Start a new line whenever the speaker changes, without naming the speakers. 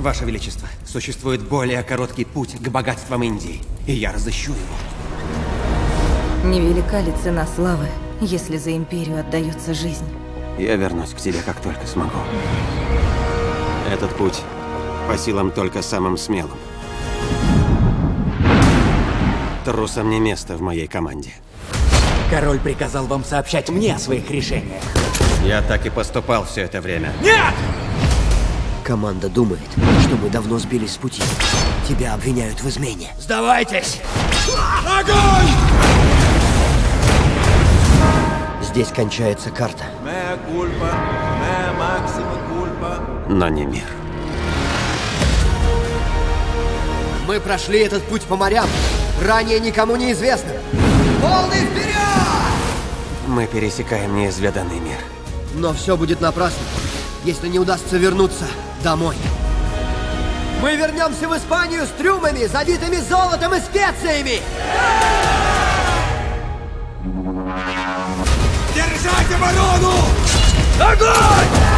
Ваше Величество, существует более короткий путь к богатствам Индии, и я разыщу его.
Невелика ли цена славы, если за империю отдается жизнь?
Я вернусь к тебе, как только смогу. Этот путь по силам только самым смелым. Трусам не место в моей команде.
Король приказал вам сообщать мне о своих решениях.
Я так и поступал все это время.
Команда думает, что мы давно сбились с пути. Тебя обвиняют в измене.
Сдавайтесь!
Здесь кончается карта.
Mea culpa, mea maximă culpa.
Но не мир.
Мы прошли этот путь по морям, ранее никому неизвестным. Полный вперед!
Мы пересекаем неизведанный мир.
Но все будет напрасно, если не удастся вернуться домой. Мы вернемся в Испанию с трюмами, забитыми золотом и специями!
Держать оборону! Огонь!